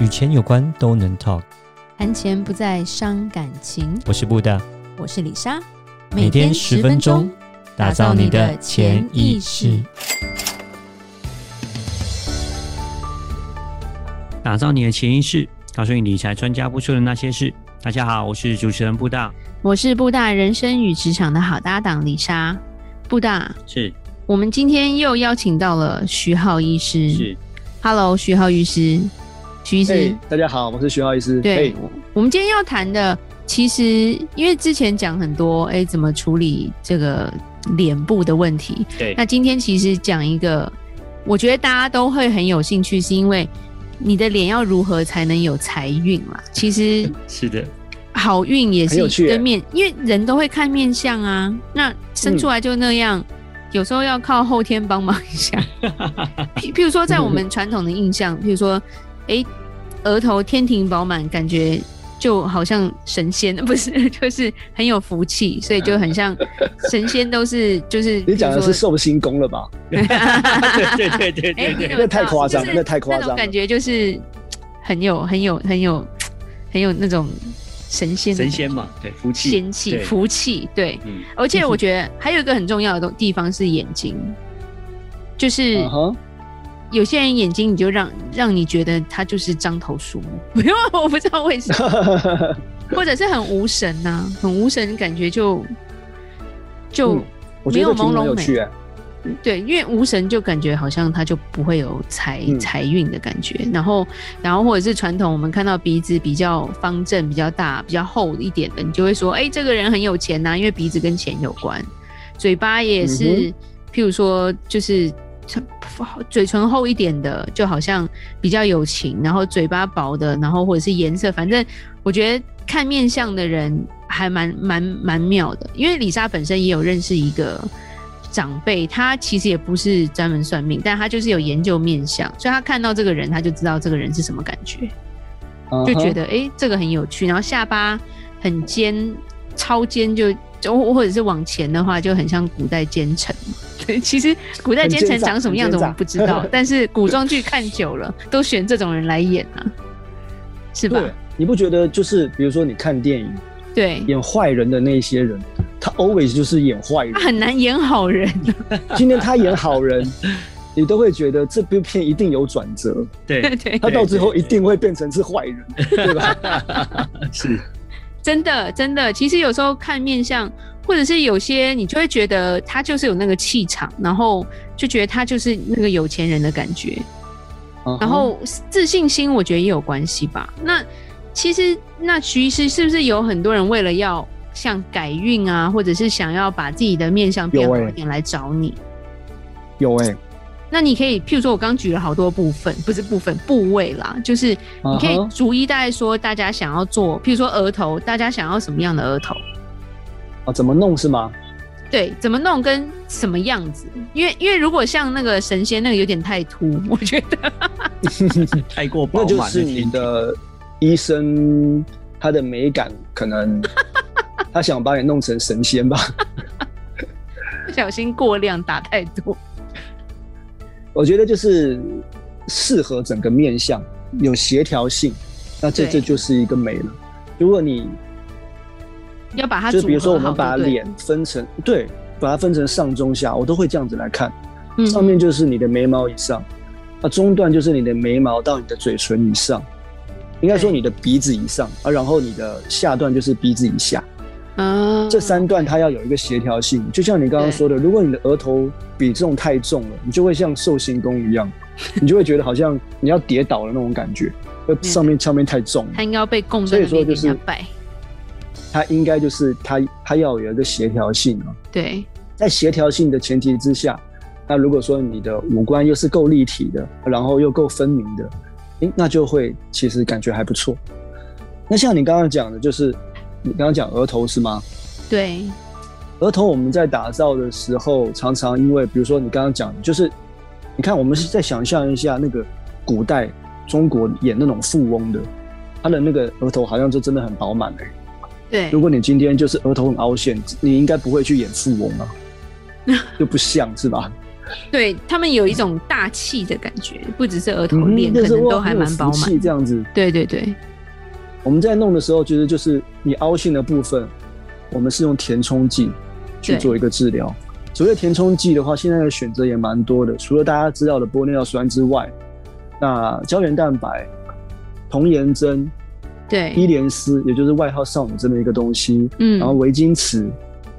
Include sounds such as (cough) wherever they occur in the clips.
与钱有关都能 talk。谈钱不再伤感情。我是布大，我是李莎，每天十分钟，打造你的潜意识，打造你的潜意识，告诉你理财专家不说的那些事。大家好，我是主持人布大，我是布大人生与职场的好搭档李莎。布大，是我们今天又邀请到了徐浩医师。是， Hello，徐浩医师，徐医师。嘿，大家好，我是徐浩医师。对嘿，我我们今天要谈的，其实因为之前讲很多，哎、怎么处理这个脸部的问题？对那今天其实讲一个，我觉得大家都会很有兴趣，是因为你的脸要如何才能有财运啦？其实是 (laughs) 的，好运也很是有趣一个耶面，因为人都会看面相啊，那生出来就那样。有时候要靠后天帮忙一 (laughs) 下，譬譬如说，在我们传统的印象，譬如说，诶，额头天庭饱满，感觉就好像神仙，不是， (laughs) 就是很有福气，所以就很像神仙都是就是。你讲的比如是说寿星公了吧？对对对对对哎，你对怎么那太知道夸张就了是那太夸那张种了感觉就是很有很有很有很有那种神仙神的感觉哎仙嘛，对，福气，仙气对福气，对。嗯，而且我觉得还有一个很重要的地方是眼睛，就是嗯哼，有些人眼睛你就让让你觉得他就是獐头鼠目， (laughs) 不用我不知道为什么，或者是很无神呐、很无神，感觉就就、嗯 (laughs) 我觉得这题目很有趣、欸。对，因为无神就感觉好像他就不会有财嗯财运的感觉，然后然后或者是传统我们看到鼻子比较方正、比较大、比较厚一点的，你就会说，哎、这个人很有钱呐、因为鼻子跟钱有关，嘴巴也是，譬如说就是。嘴唇厚一点的，就好像比较有情；然后嘴巴薄的，然后或者是颜色，反正我觉得看面相的人还蛮蛮蛮妙的，因为李莎本身也有认识一个长辈，他其实也不是专门算命，但他就是有研究面相，所以他看到这个人，他就知道这个人是什么感觉，嗯哼就觉得诶这个很有趣，然后下巴很尖，超尖就。就或者是往前的话，就很像古代奸臣 (laughs) 嘛。对，其实古代奸臣很奸诈长什么样子我很奸诈们不知 (laughs) 道，但是古装剧看久了，都选这种人来演啊，是吧？对，你不觉得就是比如说你看电影对，演坏人的那些人，他 always 就是演坏人他。很难演好人。 (laughs) 今天他演好人， (laughs) 你都会觉得这部片一定有转折， (laughs) 对， (laughs) 对，他到最后一定会变成是坏人，对吧？是，真的真的，其实有时候看面相，或者是有些你就会觉得他就是有那个气场，然后就觉得他就是那个有钱人的感觉，嗯哼然后自信心我觉得也有关系吧。那其实那徐医师是不是有很多人为了要像改运啊，或者是想要把自己的面相变好有欸一点来找你？有哎、那你可以，譬如说，我刚举了好多部分，不是部分部位啦，就是你可以嗯哼逐一大概说大家想要做，譬如说额头，大家想要什么样的额头，啊，怎么弄是吗？对，怎么弄跟什么样子？因为因为如果像那个神仙那个有点太突，我觉得太过饱那满就了是你天庭的医生，他的美感可 (laughs) 能他想把你弄成神仙吧。不小心过量打太多。我觉得就是适合整个面相，有协调性，那这嗯对这就是一个美了。如果你要把它就组是比如说我合好们把对不对脸分成对，把它分成上中下，我都会这样子来看。嗯上面就是你的眉毛以上，啊，中段就是你的眉毛到你的嘴唇以上，应该说对你的鼻子以上啊，然后你的下段就是鼻子以下。啊这三段它要有一个协调性，就像你刚刚说的，如果你的额头比重太重了，你就会像寿星公一样，你就会觉得好像你要跌倒了那种感觉，呃，上面上面太重了。他应该要被供在所以那说边给就是人家拜，它应该就是它它要有一个协调性啊，对在协调性的前提之下，那如果说你的五官又是够立体的，然后又够分明的，诶，那就会其实感觉还不错。那像你刚刚讲的，就是你刚刚讲额头是吗？对额头我们在打造的时候，常常因为比如说你刚刚讲，就是你看我们是在想象一下那个古代中国演那种富翁的，他的那个额头好像就真的很饱满哎、对如果你 (laughs) 今天就是额头很凹陷，你应该不会去演富翁啊，就不像是吧？对他们有一种大气的感觉，不只是额头嗯脸，就可是能都哇还很有蛮福饱满 (laughs) 气。这样子。对对对，我们在弄的时候，其实就是你凹陷的部分，我们是用填充剂去对做一个治疗。所谓的填充剂的话，现在的选择也蛮多的，除了大家知道的玻尿酸之外，那胶原蛋白、童颜针、伊对，莲丝，也就是外号少女针的一个东西，嗯然后维金池，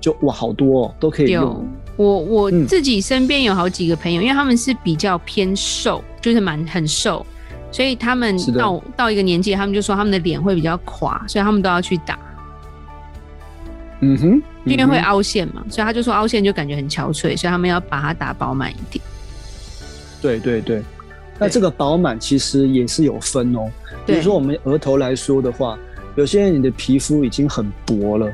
就哇好多哦，都可以有用。我我嗯自己身边有好几个朋友，因为他们是比较偏瘦，就是蛮很瘦，所以他们是的到到一个年纪，他们就说他们的脸会比较垮，所以他们都要去打，嗯哼，因为嗯哼会凹陷嘛，所以他就说凹陷就感觉很憔悴，所以他们要把它打饱满一点。对对对，那对这个饱满其实也是有分哦。比如对说我们额头来说的话，有些人你的皮肤已经很薄了，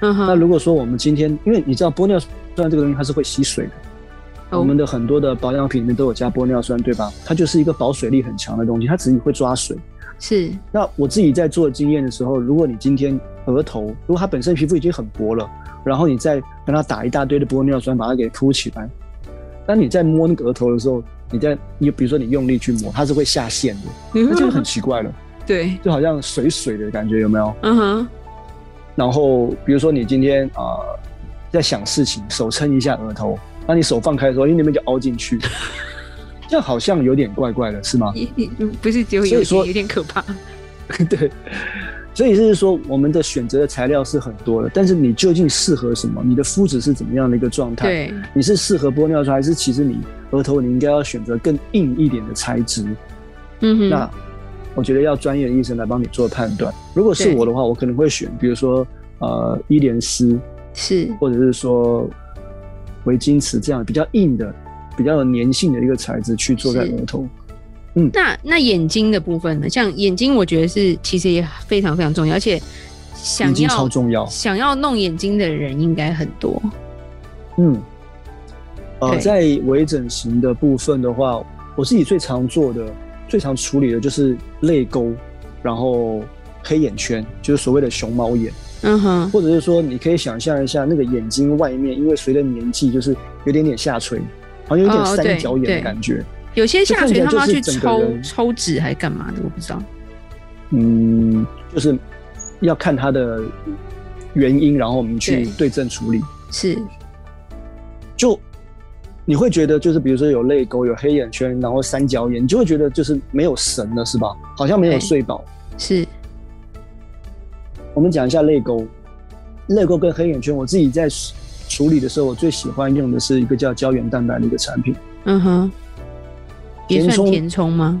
嗯那哼，如果说我们今天，因为你知道玻尿酸这个东西它是会吸水的，我们的的很多的保养品里面都有加玻尿酸，对吧？它就是一个保水力很强的东西，它只会抓水。是那我自己在做经验的时候，如果你今天额头，如果它本身皮肤已经很薄了，然后你再跟它打一大堆的玻尿酸把它给铺起来，当你在摸那个额头的时候，你在你比如说你用力去摸，它是会下陷的，那就很奇怪了，对，就好像水水的感觉，有没有？嗯哼，然后比如说你今天啊、呃在想事情，手撑一下额头，当你手放开的时候，因为哎那边就凹进去， (laughs) 这样好像有点怪怪的，是吗？也也不是只有所有一以点说有点可怕。 (laughs) 对，所以就是说我们的选择的材料是很多的，但是你究竟适合什么？你的肤质是怎么样的一个状态？对，你是适合玻尿酸，还是其实你额头你应该要选择更硬一点的材质？嗯哼，那我觉得要专业的医生来帮你做判断。如果是对我的话，我可能会选，比如说呃伊莲丝，是或者是说维金瓷这样比较硬的、比较有粘性的一个材质去做在是额头。那那眼睛的部分呢？像眼睛，我觉得是其实也非常非常重要，而且想眼睛要超重要想要弄眼睛的人应该很多。嗯，呃，对在微整形的部分的话，我自己最常做的、最常处理的就是泪沟，然后黑眼圈，就是所谓的熊猫眼，嗯哼，或者是说你可以想象一下那个眼睛外面，因为随着年纪就是有点点下垂，好像有点哦三对角眼对的感觉。有些下垂这他看起们来要就是去整个抽人抽脂还干嘛的，我不知道。嗯，就是要看它的原因，然后我们去对症处理。是，就你会觉得，就是比如说有泪沟、有黑眼圈，然后三角眼，你就会觉得就是没有神了，是吧？好像没有对睡饱。是，我们讲一下泪沟，泪沟跟黑眼圈，我自己在处理的时候，我最喜欢用的是一个叫胶原蛋白的一个产品，嗯哼，也填算充填充吗？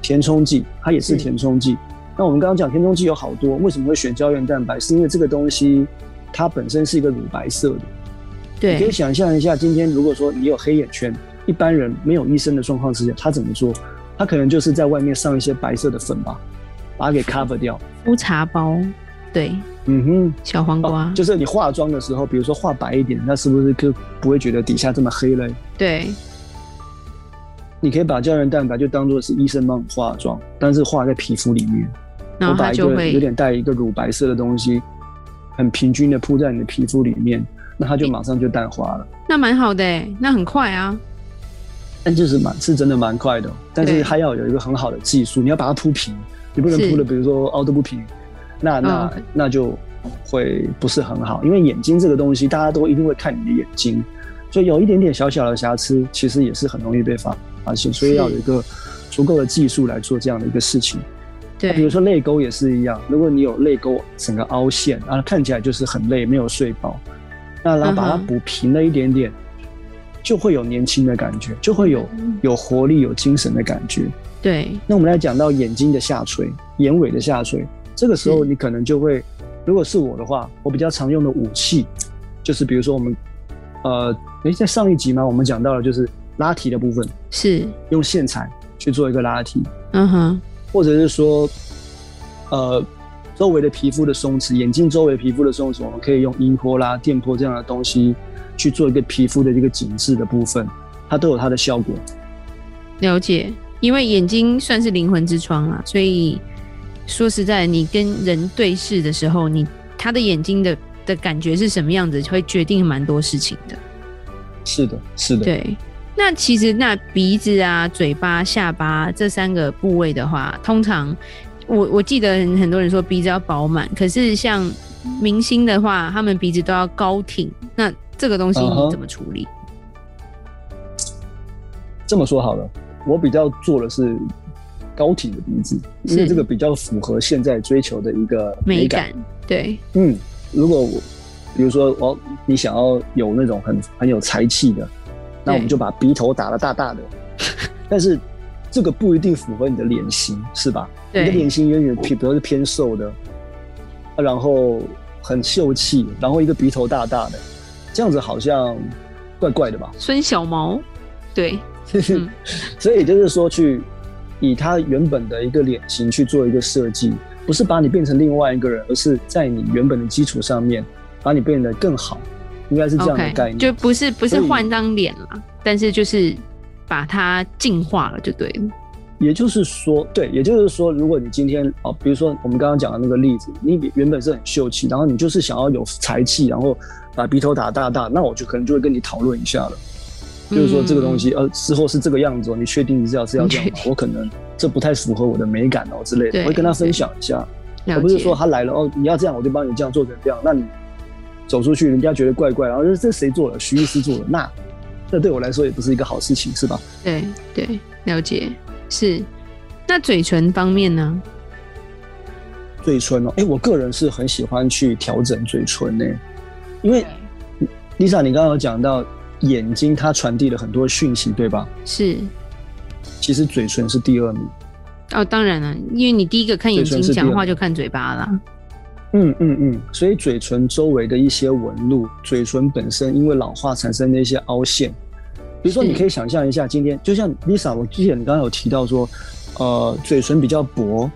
填充剂，它也是是填充剂。那我们刚刚讲填充剂有好多，为什么会选胶原蛋白？是因为这个东西它本身是一个乳白色的。你可以对，想象一下，今天如果说你有黑眼圈，一般人没有医生的状况之下，他怎么做？他可能就是在外面上一些白色的粉吧，把它给 cover 掉。敷茶包，对，嗯小黄哼，瓜，哦就是你化妆的时候，比如说化白一点，那是不是就不会觉得底下这么黑了？对，你可以把胶原蛋白就当做是医生帮你化妆，但是化在皮肤里面，然后我把它一就个有会点带一个乳白色的东西，很平均的铺在你的皮肤里面，那它就马上就淡化了。那蛮好的、欸，那很快啊。但就是蛮是真的蛮快的哦，但对是它要有一个很好的技术，你要把它铺平，你不能是铺的比如说凹凸不平，那那、嗯那就会不是很好，因为眼睛这个东西大家都一定会看你的眼睛，所以有一点点小小的瑕疵，其实也是很容易被发发现，所以是要有一个足够的技术来做这样的一个事情。对，比如说泪沟也是一样，如果你有泪沟整个凹陷啊，看起来就是很累，没有睡饱，那然后把它嗯哼补平了一点点，就会有年轻的感觉，就会有嗯有活力、有精神的感觉。对，那我们来讲到眼睛的下垂、眼尾的下垂，这个时候是你可能就会，如果是我的话，我比较常用的武器就是比如说我们，呃，诶，在上一集嘛，我们讲到了就是拉提的部分，是，用线材去做一个拉提，嗯哼，或者是说，呃，周围的皮肤的松弛，眼睛周围皮肤的松弛，我们可以用音波啦、电波这样的东西去做一个皮肤的这个紧致的部分，它都有它的效果。了解。因为眼睛算是灵魂之窗啦，所以说实在，你跟人对视的时候，你他的眼睛的的感觉是什么样子，会决定蛮多事情的。是的，是的，对，那其实那鼻子啊、嘴巴、下巴这三个部位的话，通常我我记得很很多人说鼻子要饱满，可是像明星的话，他们鼻子都要高挺，那这个东西嗯哼你怎么处理？这么说好了，我比较做的是高挺的鼻子，因为是这个比较符合现在追求的一个美感。感，对，嗯，如果我比如说我你想要有那种很很有才气的，那我们就把鼻头打得大大的， (laughs) 但是这个不一定符合你的脸型，是吧？对你的脸型远远偏，比如是偏瘦的，啊然后很秀气，然后一个鼻头大大的，这样子好像怪怪的吧？孙小毛，对，嗯 (laughs) 所以就是说，去以他原本的一个脸型去做一个设计，不是把你变成另外一个人，而是在你原本的基础上面把你变得更好，应该是这样的 OK，概念。就不是不是所以换张脸了，但是就是把它净化了就对了。也就是说，对，也就是说，如果你今天哦，比如说我们刚刚讲的那个例子，你原本是很秀气，然后你就是想要有才气，然后把鼻头打大大，那我就可能就会跟你讨论一下了。就是说这个东西，嗯呃，之后是这个样子哦，你确定你是要是要这样你吗？我可能这不太符合我的美感哦之类的，对我会跟他分享一下。了而不解是说他来了哦，你要这样，我就帮你这样做成这样，那你走出去，人家觉得怪怪，然后哎这这谁做了？徐医师做了，那这对我来说也不是一个好事情，是吧？对对，了解是。那嘴唇方面呢？嘴唇哦，哎、我个人是很喜欢去调整嘴唇呢、因为 Lisa，你刚刚有讲到眼睛它传递了很多讯息，对吧？是其实嘴唇是第二名，哦，当然了，因为你第一个看眼嘴唇睛是第讲二话名就看嘴巴啦。嗯嗯嗯，所以嘴唇周围的一些纹路，嘴唇本身因为老化产生的一些凹陷，比如说是你可以想象一下，今天就像 Lisa，我之前刚刚有提到说，呃，嘴唇比较薄，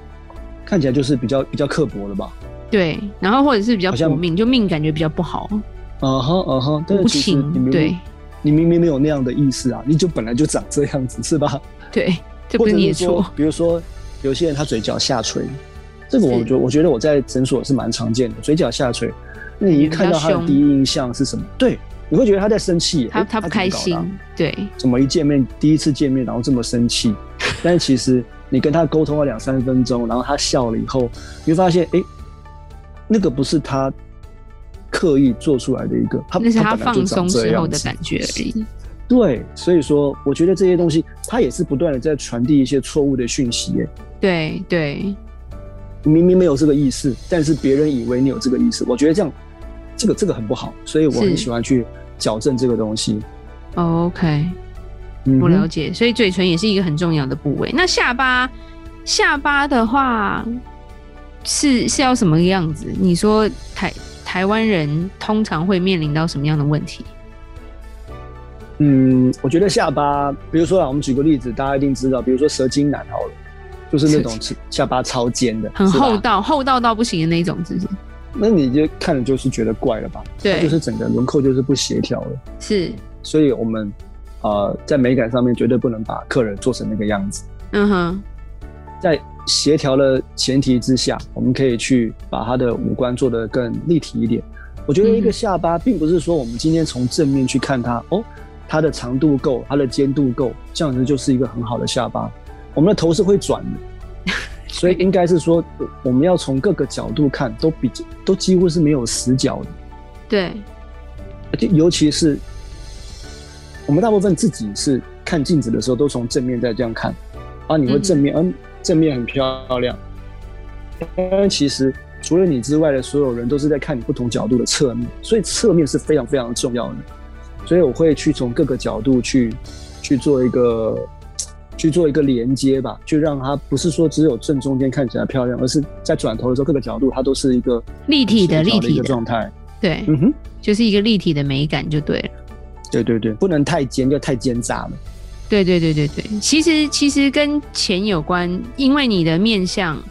看起来就是比较比较刻薄了吧？对，然后或者是比较好像薄命，就命感觉比较不好，啊哈啊哈，但是无其实你情。明对明你明明没有那样的意思啊，你就本来就长这样子是 (laughs) 吧？对，这或不是者你的是说错。，比如说有些人他嘴角下垂，这个我是觉我觉得我在诊所是蛮常见的，嘴角下垂，你一看到他比较凶的第一印象是嗯什么？对，你会觉得他在生气，他诶他不怎么开搞的啊心，对，怎么一见面第一次见面然后这么 (laughs) 生气？但是其实你跟他沟通了两三分钟，然后他笑了以后，你会发现，哎、那个不是他刻意做出来的一个，他那是他他本来就放松长这之后样的子感觉而已。对，所以说我觉得这些东西，他也是不断的在传递一些错误的讯息、诶对对，明明没有这个意思，但是别人以为你有这个意思，我觉得这样，这个这个很不好，所以我很是喜欢去矫正这个东西。 OK，嗯我哼，了解，所以嘴唇也是一个很重要的部位。那下巴，下巴的话是是要什么样子？你说台台湾人通常会面临到什么样的问题？嗯，我觉得下巴，比如说啊，我们举个例子，大家一定知道，比如说蛇精男好了，就是那种下巴超尖的，很是吧厚，道，厚道到不行的那种，是不是？那你就看着就是觉得怪了吧？对它就是整个轮廓就是不协调了，是，所以我们呃在美感上面绝对不能把客人做成那个样子。嗯哼，在协调的前提之下，我们可以去把他的五官做得更立体一点。我觉得一嗯个哼下巴，并不是说我们今天从正面去看它，哦，它的长度够，它的尖度够，这样子就是一个很好的下巴。我们的头是会转的，所以应该是说，呃我们要从各个角度看，都比都几乎是没有死角的，对，就尤其是我们大部分自己是看镜子的时候，都从正面在这样看，啊，你会嗯正面，嗯，正面很漂亮，但其实除了你之外的所有人都是在看你不同角度的侧面，所以侧面是非常非常重要的。所以我会去从各个角度去去做一个去做一个连接吧，就让它不是说只有正中间看起来漂亮，而是在转头的时候各个角度它都是一个立体的协调立一体个的状态。对，嗯哼，就是一个立体的美感就对了。对对对，不能太尖，就太奸诈了。对对对对对，其实其实跟钱有关，因为你的面相，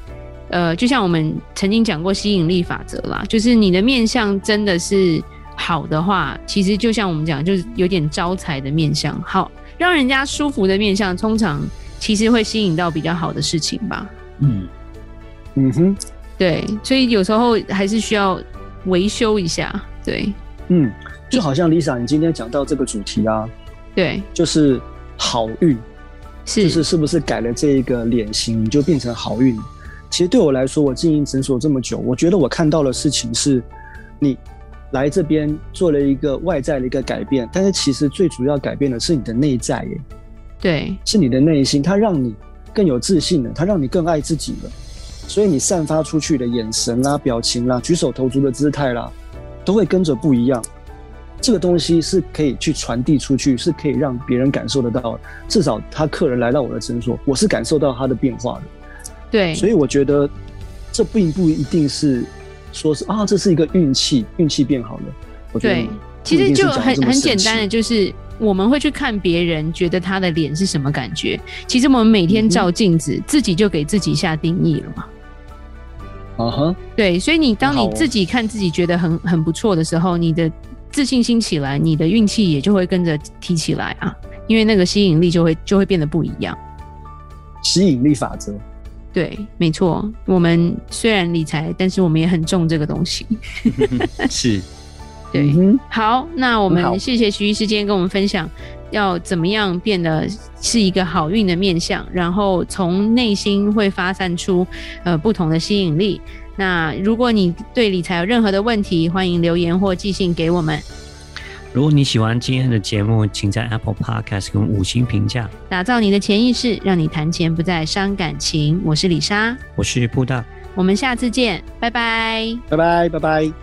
呃，就像我们曾经讲过吸引力法则啦，就是你的面相真的是好的话，其实就像我们讲，就是有点招财的面相，好让人家舒服的面相，通常其实会吸引到比较好的事情吧。 (laughs) 嗯，嗯哼，对，所以有时候还是需要维修一下。对，嗯，就好像 Lisa，你今天讲到这个主题啊，对，就是好运，就是是是不是改了这一个脸型，你就变成好运？其实对我来说，我经营诊所这么久，我觉得我看到的事情是，你来这边做了一个外在的一个改变，但是其实最主要改变的是你的内在耶，对，是你的内心，它让你更有自信了，它让你更爱自己了，所以你散发出去的眼神啦、表情啊啦、举手投足的姿态啦，都会跟着不一样。这个东西是可以去传递出去，是可以让别人感受得到的。至少他客人来到我的诊所，我是感受到他的变化的。对，所以我觉得，这并不一定是说是啊，这是一个运气，运气变好了。我觉得对，其实就不一定是讲得很这么很神简单的，奇就是我们会去看别人觉得他的脸是什么感觉。其实我们每嗯天哼照镜子，自己就给自己下定义了嘛。啊哈，对，所以你当好你哦自己看自己觉得很很不错的时候，你的自信心起来，你的运气也就会跟着提起来啊，因为那个吸引力就会就会变得不一样。吸引力法则。对，没错，我们虽然理财，但是我们也很重这个东西。是，对，嗯哼好，那我很好们谢谢徐医师今天跟我们分享，要怎么样变得是一个好运的面相，然后从内心会发散出呃不同的吸引力。那如果你对理财有任何的问题，欢迎留言或寄信给我们。如果你喜欢今天的节目，请在 Apple Podcast 跟五星评价。打造你的潜意识，让你谈钱不再伤感情。我是李莎，我是布大。我们下次见，拜拜。拜拜，拜拜。